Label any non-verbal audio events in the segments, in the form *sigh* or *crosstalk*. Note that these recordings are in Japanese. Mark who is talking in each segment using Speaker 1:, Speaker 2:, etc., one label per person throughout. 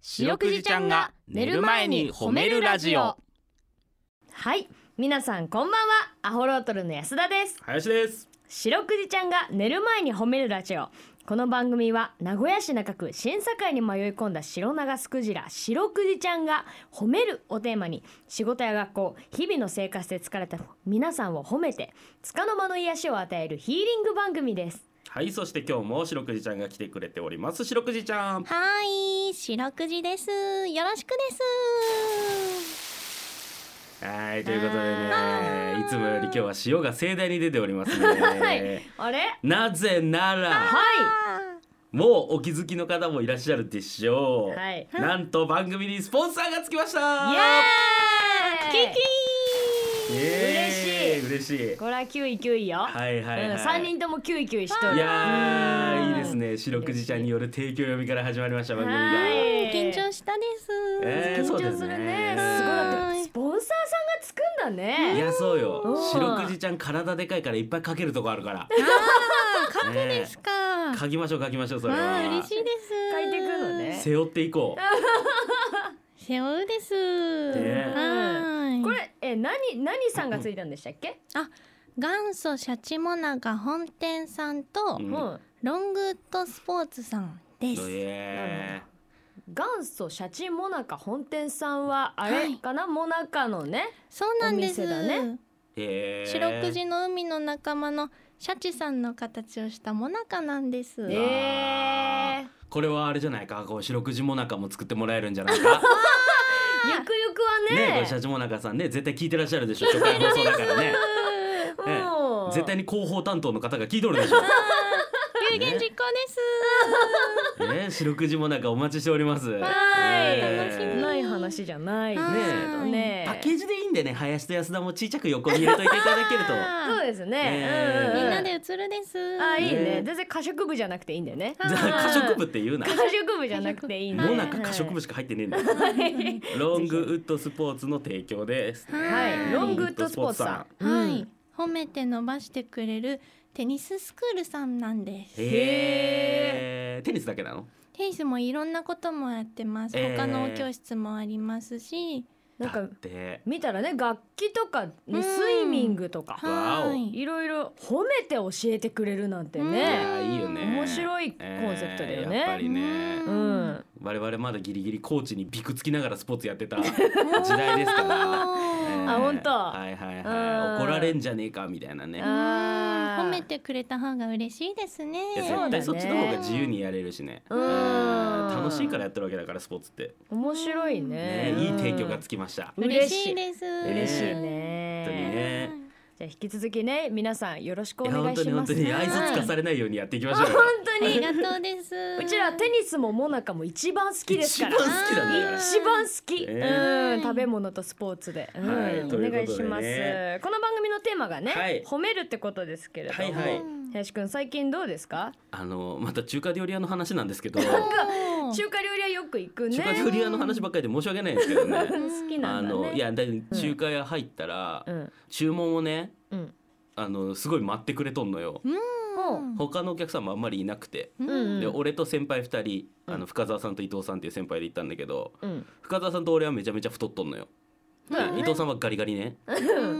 Speaker 1: 白くじちゃんが寝る前に褒めるラジオ
Speaker 2: はい皆さんこんばんはアホロートルの安田です
Speaker 1: 林です
Speaker 2: 白くじちゃんが寝る前に褒めるラジオこの番組は名古屋市中区審査会に迷い込んだ白長スクジラ白くじちゃんが褒めるをテーマに仕事や学校日々の生活で疲れた皆さんを褒めて束の間の癒しを与えるヒーリング番組です
Speaker 1: はいそして今日も白くじちゃんが来てくれております白くじちゃん
Speaker 3: はい、白くじです。よろしくです。
Speaker 1: はいということで
Speaker 3: は
Speaker 1: ね
Speaker 3: ーい
Speaker 1: いつもより今日は塩が盛大に出ておりますね、
Speaker 2: はいあれ
Speaker 1: なぜなら
Speaker 2: は
Speaker 1: もうお気づきの方もいらっしゃるでしょう、
Speaker 2: はい
Speaker 1: なんと番組にスポンサーがつきました
Speaker 2: いイエーイ
Speaker 3: キ
Speaker 1: イエーイ嬉しい
Speaker 2: これは9位9位よ、
Speaker 1: はいはいはい
Speaker 2: うん、3人とも9位9位しとる
Speaker 1: いやーいいですね白く
Speaker 2: 嬉しい
Speaker 1: じちゃんによる提供読みから始まりました番組
Speaker 2: は
Speaker 1: が
Speaker 2: ーい
Speaker 3: キー。緊張したです。
Speaker 1: えー
Speaker 2: 緊
Speaker 1: そう
Speaker 2: 張
Speaker 1: です
Speaker 2: す
Speaker 1: ね
Speaker 2: るねすごいだってスポンサーさんがつくんだね
Speaker 1: いやそうよ
Speaker 2: うん
Speaker 1: 白くじちゃん体でかいからいっぱい書けるとこあるから
Speaker 3: あー、書くですか。あ
Speaker 1: 書きましょう書きましょうそれは
Speaker 3: ー、嬉しいです。
Speaker 2: 書いてくるのね
Speaker 1: 背負っていこう
Speaker 3: 背負うです。
Speaker 1: ね
Speaker 3: はい。
Speaker 2: これえ何何さんがついたんでしたっけ
Speaker 3: 元祖シャチモナカ本店さんと
Speaker 1: うん
Speaker 2: うん
Speaker 3: ロングッドスポーツさんです。
Speaker 1: イエ
Speaker 2: 元祖シャチモナカ本店さんはあれかな、モナカのね
Speaker 3: そうなんです。
Speaker 2: お店だね
Speaker 1: ーイえー
Speaker 3: 白くじの海の仲間のシャチさんの形をしたモナカなんです。
Speaker 1: わー
Speaker 2: えー
Speaker 1: これはあれじゃないかこう白くじもなかも作ってもらえるんじゃな
Speaker 2: *laughs*
Speaker 1: いか
Speaker 2: ゆくゆくは
Speaker 1: ねこれ
Speaker 2: ね
Speaker 1: シャチもなかさんね絶対聞いてらっしゃるでしょ初回放送だか
Speaker 2: *laughs*
Speaker 1: らねね
Speaker 2: うん
Speaker 1: 絶対に広報担当の方が聞いとるでしょ
Speaker 2: *laughs*
Speaker 3: 有言実行です。
Speaker 1: ね、白くじもなんかお待ちしております。は
Speaker 2: はい
Speaker 3: 楽しみ
Speaker 2: ない話じゃないですけど
Speaker 3: ね
Speaker 2: ね
Speaker 1: パッケージでいいんでね、林と安田も小さく横に入れといていただける
Speaker 2: *laughs*
Speaker 1: と。
Speaker 2: そうですねう
Speaker 1: ね
Speaker 2: んう
Speaker 3: み
Speaker 2: うん
Speaker 3: なで映るです。
Speaker 2: あーいいね
Speaker 1: ね
Speaker 2: 全然過食部じゃなくていいんだよ
Speaker 1: *laughs*
Speaker 2: ね
Speaker 3: はい
Speaker 1: じゃあ、可食部って言うな
Speaker 2: 過。食部じゃなくていいんだよ
Speaker 1: も
Speaker 2: ね
Speaker 1: なか可食部しか入ってねえんだよ。
Speaker 2: はい
Speaker 1: ロングウッドスポーツの提供です。
Speaker 2: はいロングウッドスポーツさん
Speaker 3: は
Speaker 2: う
Speaker 3: い
Speaker 2: ん、
Speaker 3: 褒めて伸ばしてくれるテニススクールさんなんです。
Speaker 1: へえ。テニスだけなの。
Speaker 3: テニスもいろんなこともやってます。
Speaker 1: えー
Speaker 3: 他の教室もありますし、
Speaker 2: なんか
Speaker 1: で。
Speaker 2: 見たらね楽器とかね
Speaker 3: うん
Speaker 2: スイミングとか
Speaker 1: わお
Speaker 3: はい。
Speaker 2: いろいろ褒めて教えてくれるなんて
Speaker 1: い
Speaker 2: ね
Speaker 1: や、いいよね。
Speaker 2: 面白いコンセプトだよね
Speaker 1: えーやっぱりね
Speaker 3: う。
Speaker 2: う
Speaker 3: ーん
Speaker 2: ん
Speaker 1: 我々まだギリギリコーチにビクつきながらスポーツやって
Speaker 2: *laughs*
Speaker 1: た時代ですから。
Speaker 3: あ
Speaker 2: あ本当
Speaker 1: はいはい
Speaker 2: う
Speaker 1: は
Speaker 2: ん
Speaker 1: い怒られんじゃねえかみたいなね
Speaker 2: あー
Speaker 3: ー褒めてくれた方が嬉しいですね。
Speaker 1: いや
Speaker 2: そうだね
Speaker 1: 絶対そっちの方が自由にやれるしね
Speaker 2: うん
Speaker 1: うん楽しいからやってるわけだからスポーツって
Speaker 2: 面白いね
Speaker 1: ねいい提供が
Speaker 2: うん
Speaker 1: つきました
Speaker 3: 嬉しいです。
Speaker 2: 嬉しい
Speaker 1: 本当に
Speaker 2: ね
Speaker 1: ね
Speaker 2: じゃあ引き続きね皆さんよろしくお
Speaker 1: いや
Speaker 2: 願
Speaker 1: 本
Speaker 2: い
Speaker 1: 当
Speaker 2: し
Speaker 1: に
Speaker 2: ま
Speaker 1: 本
Speaker 2: す
Speaker 1: 当
Speaker 2: ね
Speaker 1: に愛想つかされないようにやっていきましょうよ
Speaker 2: 本当
Speaker 3: あり
Speaker 2: に
Speaker 3: がとう
Speaker 1: *laughs*
Speaker 3: です。
Speaker 2: うちらテニスもモナカも一番好きですから
Speaker 1: 一番好きなんだから
Speaker 2: 一番好き、
Speaker 1: えー
Speaker 2: うん食べ物とスポーツで、うん
Speaker 1: はいということでね
Speaker 2: お願いしますこの番組のテーマがね、
Speaker 1: はい
Speaker 2: 褒めるってことですけれども、
Speaker 1: はいはい
Speaker 2: 林くん最近どうですか
Speaker 1: あのまた中華料理屋の話なんですけど中
Speaker 3: おー
Speaker 2: 中華料理はよく行くね
Speaker 1: 華料理屋の話ばっかりで申し訳ないんですけ
Speaker 2: *laughs*
Speaker 1: どね
Speaker 2: 好きな
Speaker 1: あ
Speaker 2: んだね
Speaker 1: のいやだい中華屋入ったら
Speaker 2: うん
Speaker 1: 注文をね
Speaker 2: うん
Speaker 1: あのすごい待ってくれとんのよ
Speaker 3: うん
Speaker 1: 他のお客さんもあんまりいなくて
Speaker 2: うんうん
Speaker 1: で俺と先輩2人あ
Speaker 2: う
Speaker 1: の深澤さんと伊藤さんっていう先輩で行ったんだけど
Speaker 2: うん
Speaker 1: 深澤さんと俺はめちゃめちゃ太っとんのよ、
Speaker 2: そうだ
Speaker 1: で伊
Speaker 2: ね
Speaker 1: 藤さんはガリガリね
Speaker 3: う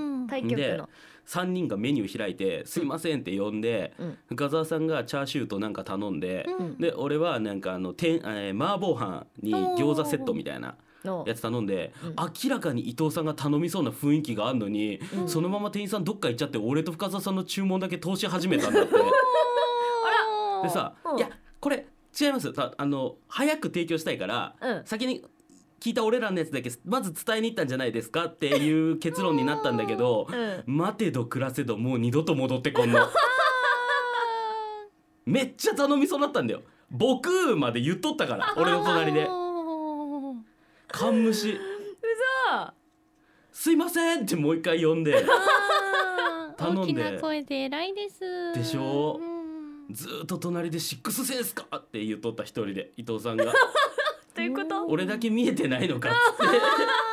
Speaker 3: ん
Speaker 2: *laughs* 対局
Speaker 1: で
Speaker 2: の
Speaker 1: 3人がメニュー開いて「すいません」って呼んで、
Speaker 2: うん
Speaker 1: 深澤さんがチャーシューとなんか頼んで、
Speaker 3: うん
Speaker 1: で俺はなんかあの天、えー、麻婆飯に餃子セットみたいな
Speaker 2: の
Speaker 1: やつ頼んで、
Speaker 2: うん
Speaker 1: 明らかに伊藤さんが頼みそうな雰囲気があるのに、
Speaker 2: うん
Speaker 1: そのまま店員さんどっか行っちゃって俺と深澤さんの注文だけ通し始めたんだって。
Speaker 3: あ
Speaker 1: でさ
Speaker 2: う
Speaker 1: 「
Speaker 2: ん
Speaker 1: いやこれ違いますたあの早く提供したいから、
Speaker 2: うん
Speaker 1: 先に聞いた俺らのやつだけまず伝えに行ったんじゃないですか」っていう結論になったんだけど
Speaker 2: う、ん
Speaker 1: 待てど暮らせどもう二度と戻ってこんの
Speaker 2: *laughs*
Speaker 1: めっちゃ頼みそうだったんだよ「僕」まで言っとったから俺の
Speaker 2: *laughs*
Speaker 1: 隣で
Speaker 3: おー
Speaker 1: 「缶蒸し」「すいません」ってもう一回呼んで
Speaker 3: あー
Speaker 1: 頼んで
Speaker 3: 大きな声で偉いです。
Speaker 1: でしょ
Speaker 3: うん
Speaker 1: ずーっと隣で「シックスセンスか!」って言っとった一人で伊藤さん
Speaker 3: *laughs*
Speaker 1: が
Speaker 2: ということ
Speaker 1: 「俺だけ見えてないのか」っつって。
Speaker 3: あー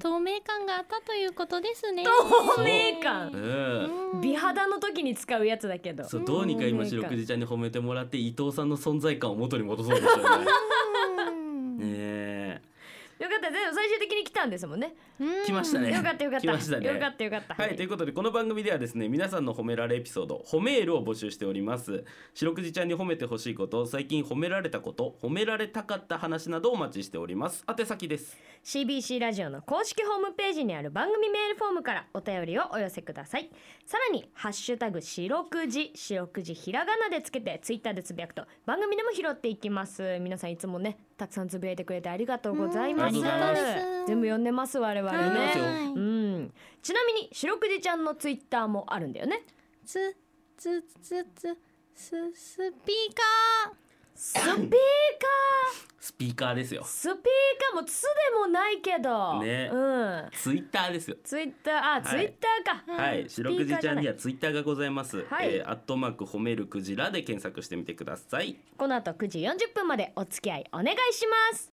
Speaker 3: 透明感があったということですね。
Speaker 2: 透
Speaker 3: *laughs*
Speaker 2: 明感
Speaker 1: うん
Speaker 3: うん
Speaker 2: 美肌の時に使うやつだけど
Speaker 1: そうどうにか今白くじちゃんに褒めてもらって伊藤さんの存在感を元に戻そうとしてるね
Speaker 3: うん
Speaker 1: ね
Speaker 2: だでも最終的に来たんですもんね。
Speaker 3: うん
Speaker 1: 来ましたね
Speaker 2: よかったよかった。
Speaker 1: 来ましたね
Speaker 2: よかったよかった。
Speaker 1: はい、ということでこの番組ではですね皆さんの褒められエピソード褒めールを募集しております白くじちゃんに褒めてほしいこと最近褒められたこと褒められたかった話などお待ちしております宛先です
Speaker 2: CBC ラジオの公式ホームページにある番組メールフォームからお便りをお寄せくださいさらに「ハッシュタグ白くじ」白くじひらがなでつけてツイッターでつぶやくと番組でも拾っていきます皆さんいつもねたくさんつぶやいてくれてありがとうございます
Speaker 1: うんありがとうご
Speaker 3: ざいます
Speaker 2: 全部読んでます我々
Speaker 1: 読んでますよ
Speaker 2: ねうんちなみに白くじちゃんのツイッターもあるんだよね
Speaker 3: つつつつすスピーカー
Speaker 2: スピーカー
Speaker 1: スピーカーですよ
Speaker 2: スピーカーも「つ」でもないけど
Speaker 1: ね
Speaker 2: うん
Speaker 1: ツイッターですよ
Speaker 2: ツイッターあ、
Speaker 1: い
Speaker 2: ツイッターか、
Speaker 1: はい、
Speaker 2: スピ
Speaker 1: 白く
Speaker 2: ーカ
Speaker 1: じ
Speaker 2: ー
Speaker 1: ち
Speaker 2: じ
Speaker 1: ゃ
Speaker 2: ゃ
Speaker 1: ん
Speaker 2: ない
Speaker 1: にはツイッターがございます。
Speaker 2: はい
Speaker 1: えーアットマーク褒めるクジラで検索してみてください。
Speaker 2: この後9時40分までお付き合いお願いします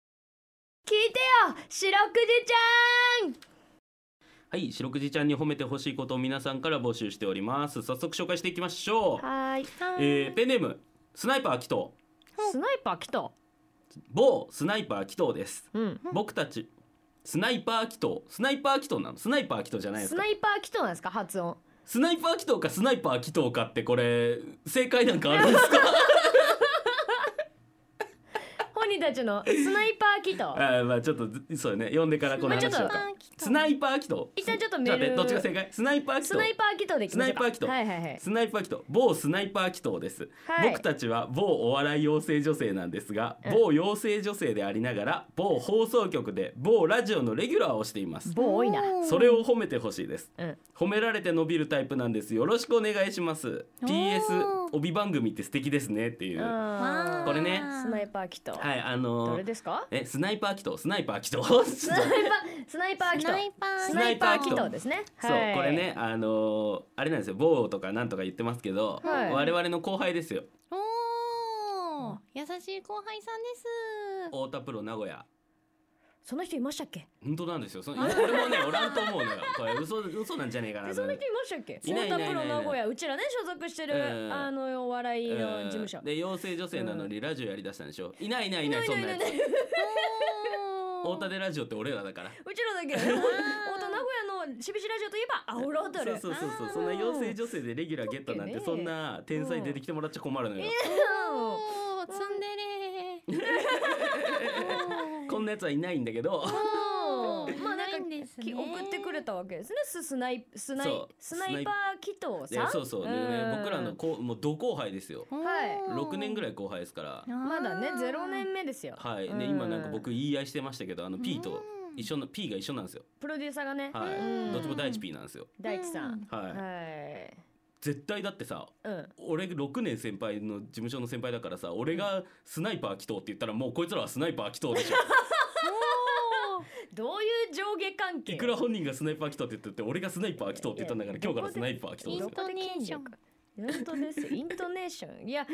Speaker 2: 聞いてよ白くじちゃん
Speaker 1: はい、白くじちゃんに褒めてほしいことを皆さんから募集しております。早速紹介していきましょう。
Speaker 2: はい
Speaker 1: えーペンネームスナイパー紀藤
Speaker 2: スナイパー来た
Speaker 1: 某スナイパー紀藤です。
Speaker 2: うん
Speaker 1: 僕たちスナイパー紀藤スナイパー紀藤なのスナイパー紀藤じゃないで
Speaker 2: ス
Speaker 1: すか
Speaker 2: ナイパー来たなんですか発音
Speaker 1: スナイパー紀藤かスナイパー紀藤かってこれ正解なんかあるんですか
Speaker 2: *laughs* 本人たち
Speaker 1: *laughs*
Speaker 2: のスナイパー来
Speaker 1: あ
Speaker 2: た
Speaker 1: ーまあちょっとずそうね読んでからこの話
Speaker 2: まあ
Speaker 1: を
Speaker 2: ちょっと
Speaker 1: スナイパー紀藤
Speaker 2: 一旦ちょっとメール
Speaker 1: ちょっと待ってどっちが正解スナイパー紀
Speaker 2: スナイ
Speaker 1: 藤
Speaker 2: パー来たでいきましょうか
Speaker 1: スナイパー来た
Speaker 2: はいはいはい
Speaker 1: スナイパー紀藤某スナイパー紀藤です、
Speaker 2: はい
Speaker 1: 僕たちは某お笑い養成女性なんですが某養成女性でありながら某放送局で某ラジオのレギュラーをしています
Speaker 2: 棒多いな
Speaker 1: それを褒めてほしいです
Speaker 2: うん
Speaker 1: 褒められて伸びるタイプなんですよろしくお願いします
Speaker 3: おー
Speaker 1: PS 帯番組って素敵ですねっていうは
Speaker 2: あー
Speaker 1: これね
Speaker 2: スナイパー来た
Speaker 1: いあ
Speaker 2: ど
Speaker 1: の
Speaker 2: れ
Speaker 1: ー、
Speaker 2: ですか
Speaker 1: えスナイパー紀藤スナイパー紀
Speaker 2: *laughs*
Speaker 1: 藤
Speaker 2: スナイパースナイパー来
Speaker 3: ス
Speaker 2: た
Speaker 3: ナイパー
Speaker 2: ス
Speaker 1: ス
Speaker 2: ナ
Speaker 1: ナ
Speaker 2: イ
Speaker 1: イ
Speaker 2: パ
Speaker 1: パ
Speaker 2: ー
Speaker 1: ー
Speaker 2: 来
Speaker 1: 来
Speaker 2: た
Speaker 1: た
Speaker 2: ですね
Speaker 1: そう
Speaker 2: はい
Speaker 1: これねあのー、あれなんですよ某とかなんとか言ってますけど、
Speaker 2: はい
Speaker 1: 我々の後輩ですよ
Speaker 3: おー優しい後輩さんです
Speaker 1: 太田プロ名古屋
Speaker 2: その人いましたっけ
Speaker 1: 本当なんですよそのいや俺もねおらんと思うのよこれ嘘嘘なんじゃねえかな
Speaker 2: え
Speaker 1: と
Speaker 2: そんな
Speaker 1: 思って
Speaker 2: 人いましたっけ
Speaker 1: いないい
Speaker 2: 太
Speaker 1: ない
Speaker 2: 田プロ
Speaker 1: いないいない
Speaker 2: 名古屋うちらね所属してる、
Speaker 1: うん
Speaker 2: あのお笑いの事務所、
Speaker 1: うんで養成女性なのにラジオやりだしたんでしょいないいないいない
Speaker 2: い
Speaker 1: そん
Speaker 2: ないいな
Speaker 1: な
Speaker 2: い
Speaker 1: や
Speaker 2: いな
Speaker 1: つ
Speaker 2: い
Speaker 1: 太田でラジオって俺らだから
Speaker 2: うちらだけ
Speaker 1: *laughs*
Speaker 2: 太田名古屋のしびしラジオといえばアホロードル
Speaker 1: そうそうそうそう
Speaker 3: あー
Speaker 1: そんな養成女性でレギュラーゲットなんて
Speaker 2: そう
Speaker 1: そ
Speaker 2: っけね
Speaker 1: んな天才出てきてもらっちゃ困るのよ、
Speaker 3: おーツンデレー
Speaker 1: *laughs* こんなやつはいないんだけど
Speaker 3: おー
Speaker 2: まあなん
Speaker 3: い
Speaker 2: か
Speaker 3: いですね
Speaker 2: き送ってくれたわけですねススナイスナイ
Speaker 1: そう
Speaker 2: スナイパー紀藤
Speaker 1: い
Speaker 2: さ
Speaker 1: や
Speaker 2: ん
Speaker 1: そうそう、でね、僕らのこうもう同後輩ですよ
Speaker 2: はい
Speaker 1: 6年ぐ
Speaker 3: らい
Speaker 1: らい後輩ですから
Speaker 2: まだねゼロ年目ですよ
Speaker 1: はい
Speaker 2: うん
Speaker 1: で今なんか僕言い合いしてましたけどあの P と
Speaker 3: うん
Speaker 1: 一緒の P が一緒なんですよ
Speaker 2: プロデューサーがね、
Speaker 1: は
Speaker 2: うん
Speaker 1: いどっちも第一 P なんですよ
Speaker 2: 大地さん、
Speaker 1: はい、
Speaker 2: はい
Speaker 1: 絶対だってさ
Speaker 2: うん
Speaker 1: 俺6年先輩の事務所の先輩だからさ俺がスナイパー祈祷って言ったらもうこいつらはスナイパー祈祷でしょ
Speaker 2: どういう上下関係
Speaker 1: いくら本人がスナイパー祈祷って言ってて俺がスナイパー祈祷って言ったんだから
Speaker 2: いや
Speaker 1: 今日からスナイパー祈祷です
Speaker 3: イ
Speaker 1: よ
Speaker 3: ントネーション
Speaker 2: イントですイントネーションいや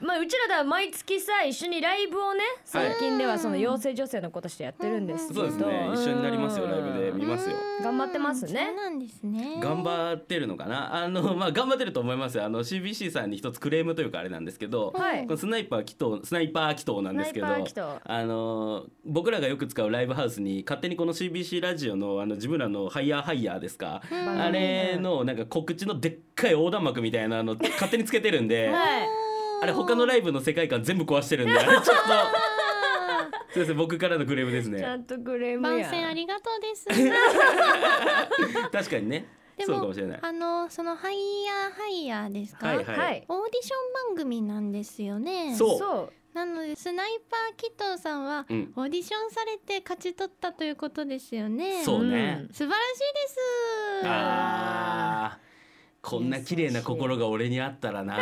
Speaker 2: まあうちらでは毎月さ一緒にライブをね最近ではその養成女性の子としてやってるんですけど、
Speaker 1: そうですね一緒になりますよライブで見ますよ
Speaker 2: 頑張ってますね
Speaker 3: そうなんですね
Speaker 1: 頑張ってるのかなあのまあ頑張ってると思いますよあの CBC さんに一つクレームというかあれなんですけど、
Speaker 2: はい
Speaker 1: このスナイパー祈祷スナイパー祈祷なんですけど
Speaker 2: スナイパー祈祷
Speaker 1: あの僕らがよく使うライブハウスに勝手にこの CBC ラジオのあの自分らの「ハイヤーハイヤー」ですか、
Speaker 2: ん
Speaker 1: あれのなんか告知のでっかい横断幕みたいなの勝手につけてるんで、
Speaker 2: はい
Speaker 1: あれ他のライブの世界観全部壊してるんであれちょっとすいません僕からのクレームです
Speaker 2: ちゃ
Speaker 1: ね
Speaker 2: んとクレーム
Speaker 3: 番
Speaker 2: や
Speaker 3: 宣ありがとう
Speaker 1: *laughs*
Speaker 3: です
Speaker 1: 確かにね
Speaker 3: で
Speaker 1: そうか
Speaker 3: も
Speaker 1: もしれない。
Speaker 3: あのそのハイヤーハイヤーですか、
Speaker 1: はいはい
Speaker 3: オーディション番組なんですよね
Speaker 1: そう
Speaker 2: そう
Speaker 3: なのでスナイパーキトーさんは
Speaker 1: うん
Speaker 3: オーディションされて勝ち取ったということですよね
Speaker 1: そうね、
Speaker 2: うん
Speaker 3: 素晴らしいです
Speaker 1: あーこんな綺麗な心が俺にあったらな。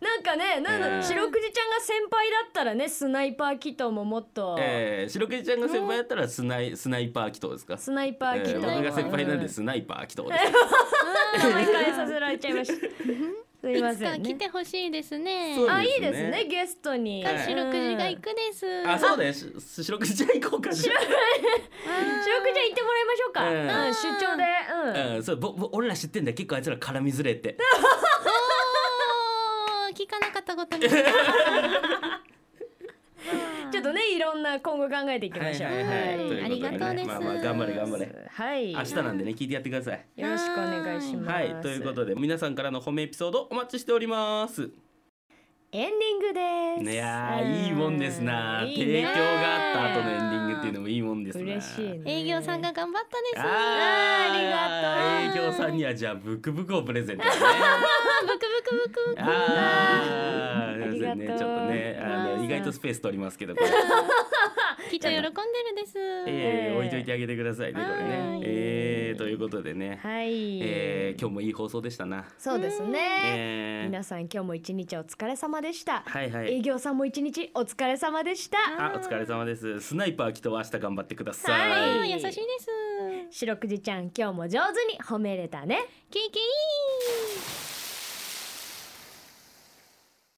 Speaker 2: なんかねなんだ、
Speaker 1: えー
Speaker 2: 白くじちゃんが先輩だったらねスナイパー祈祷ももっと、
Speaker 1: ええ白毛ちゃんが先輩やったらスナイスナイパー祈祷ですか。
Speaker 2: スナイパー祈
Speaker 1: え
Speaker 2: 祷、
Speaker 1: ー
Speaker 3: ナイパー
Speaker 1: 僕が先輩なんで
Speaker 2: う
Speaker 1: スナイパー祈祷です。
Speaker 2: 名前変えさせられちゃいましたすいま
Speaker 3: いつ
Speaker 2: せ
Speaker 3: か
Speaker 2: ん、
Speaker 3: 来
Speaker 2: ね、
Speaker 3: てほしいですね
Speaker 1: そう
Speaker 2: あいいです
Speaker 1: です
Speaker 2: ね
Speaker 1: ね
Speaker 2: ゲストに
Speaker 1: はい
Speaker 3: 白
Speaker 1: 白
Speaker 3: くじが
Speaker 2: う
Speaker 3: 行
Speaker 2: ん
Speaker 3: くです
Speaker 1: あ、そうだよ。し白毛ちゃん行こうか。白
Speaker 2: 白くじゃん行ってもらいましょうか、
Speaker 1: うん
Speaker 2: うん、出張でうん、
Speaker 1: うん、そう、ぼ、ぼ、俺ら知ってんだよ。結構あいつら絡みづれって。 *laughs*
Speaker 3: おー聞かなかったことにち
Speaker 2: ちょっとねいろんな今後考えていきましょう。
Speaker 1: はいはいはい
Speaker 3: うん
Speaker 1: ということでね
Speaker 3: ありがとうです
Speaker 1: まあまあ頑張れ頑張れ
Speaker 2: はい。
Speaker 1: 明日なんでね聞いてやってください
Speaker 2: よろしくお願いします。
Speaker 1: はいということで皆さんからの褒めエピソードお待ちしております
Speaker 2: エンディングです。
Speaker 1: いやーいいもんですな提供があった後のエンディングっていうの
Speaker 2: も
Speaker 1: もいいもんですな
Speaker 2: 嬉しいね。
Speaker 3: 営業さんが頑張ったです
Speaker 1: あー
Speaker 3: あーありがとう
Speaker 1: 営業さんにはじゃあブクブクをプレゼントね
Speaker 3: あブクブクブクブク
Speaker 1: あー
Speaker 2: ありがとう
Speaker 1: ねちょっとねあ
Speaker 3: は
Speaker 1: の
Speaker 3: い
Speaker 1: 意外とスペース取りますけどこれ、
Speaker 3: きっと喜んでるです、
Speaker 2: え
Speaker 1: え
Speaker 2: ー
Speaker 1: ー、置いといてあげてくださいねこれ
Speaker 3: は
Speaker 1: ね
Speaker 3: い
Speaker 1: えー、ということでね、
Speaker 2: はい。
Speaker 1: えー、今日もいい放送でしたな、
Speaker 2: そうですね。
Speaker 1: えー、
Speaker 2: 皆さん今日も一日お疲れ様でした。
Speaker 1: はいは
Speaker 2: 営
Speaker 1: い
Speaker 2: 業さんも一日お疲れ様でした。
Speaker 1: あお疲れ様ですスナイパーきとは明日頑張ってくださ
Speaker 2: はい
Speaker 1: い
Speaker 3: あー優しいです
Speaker 2: 白くじちゃん今日も上手に褒めれたね。
Speaker 3: キーキー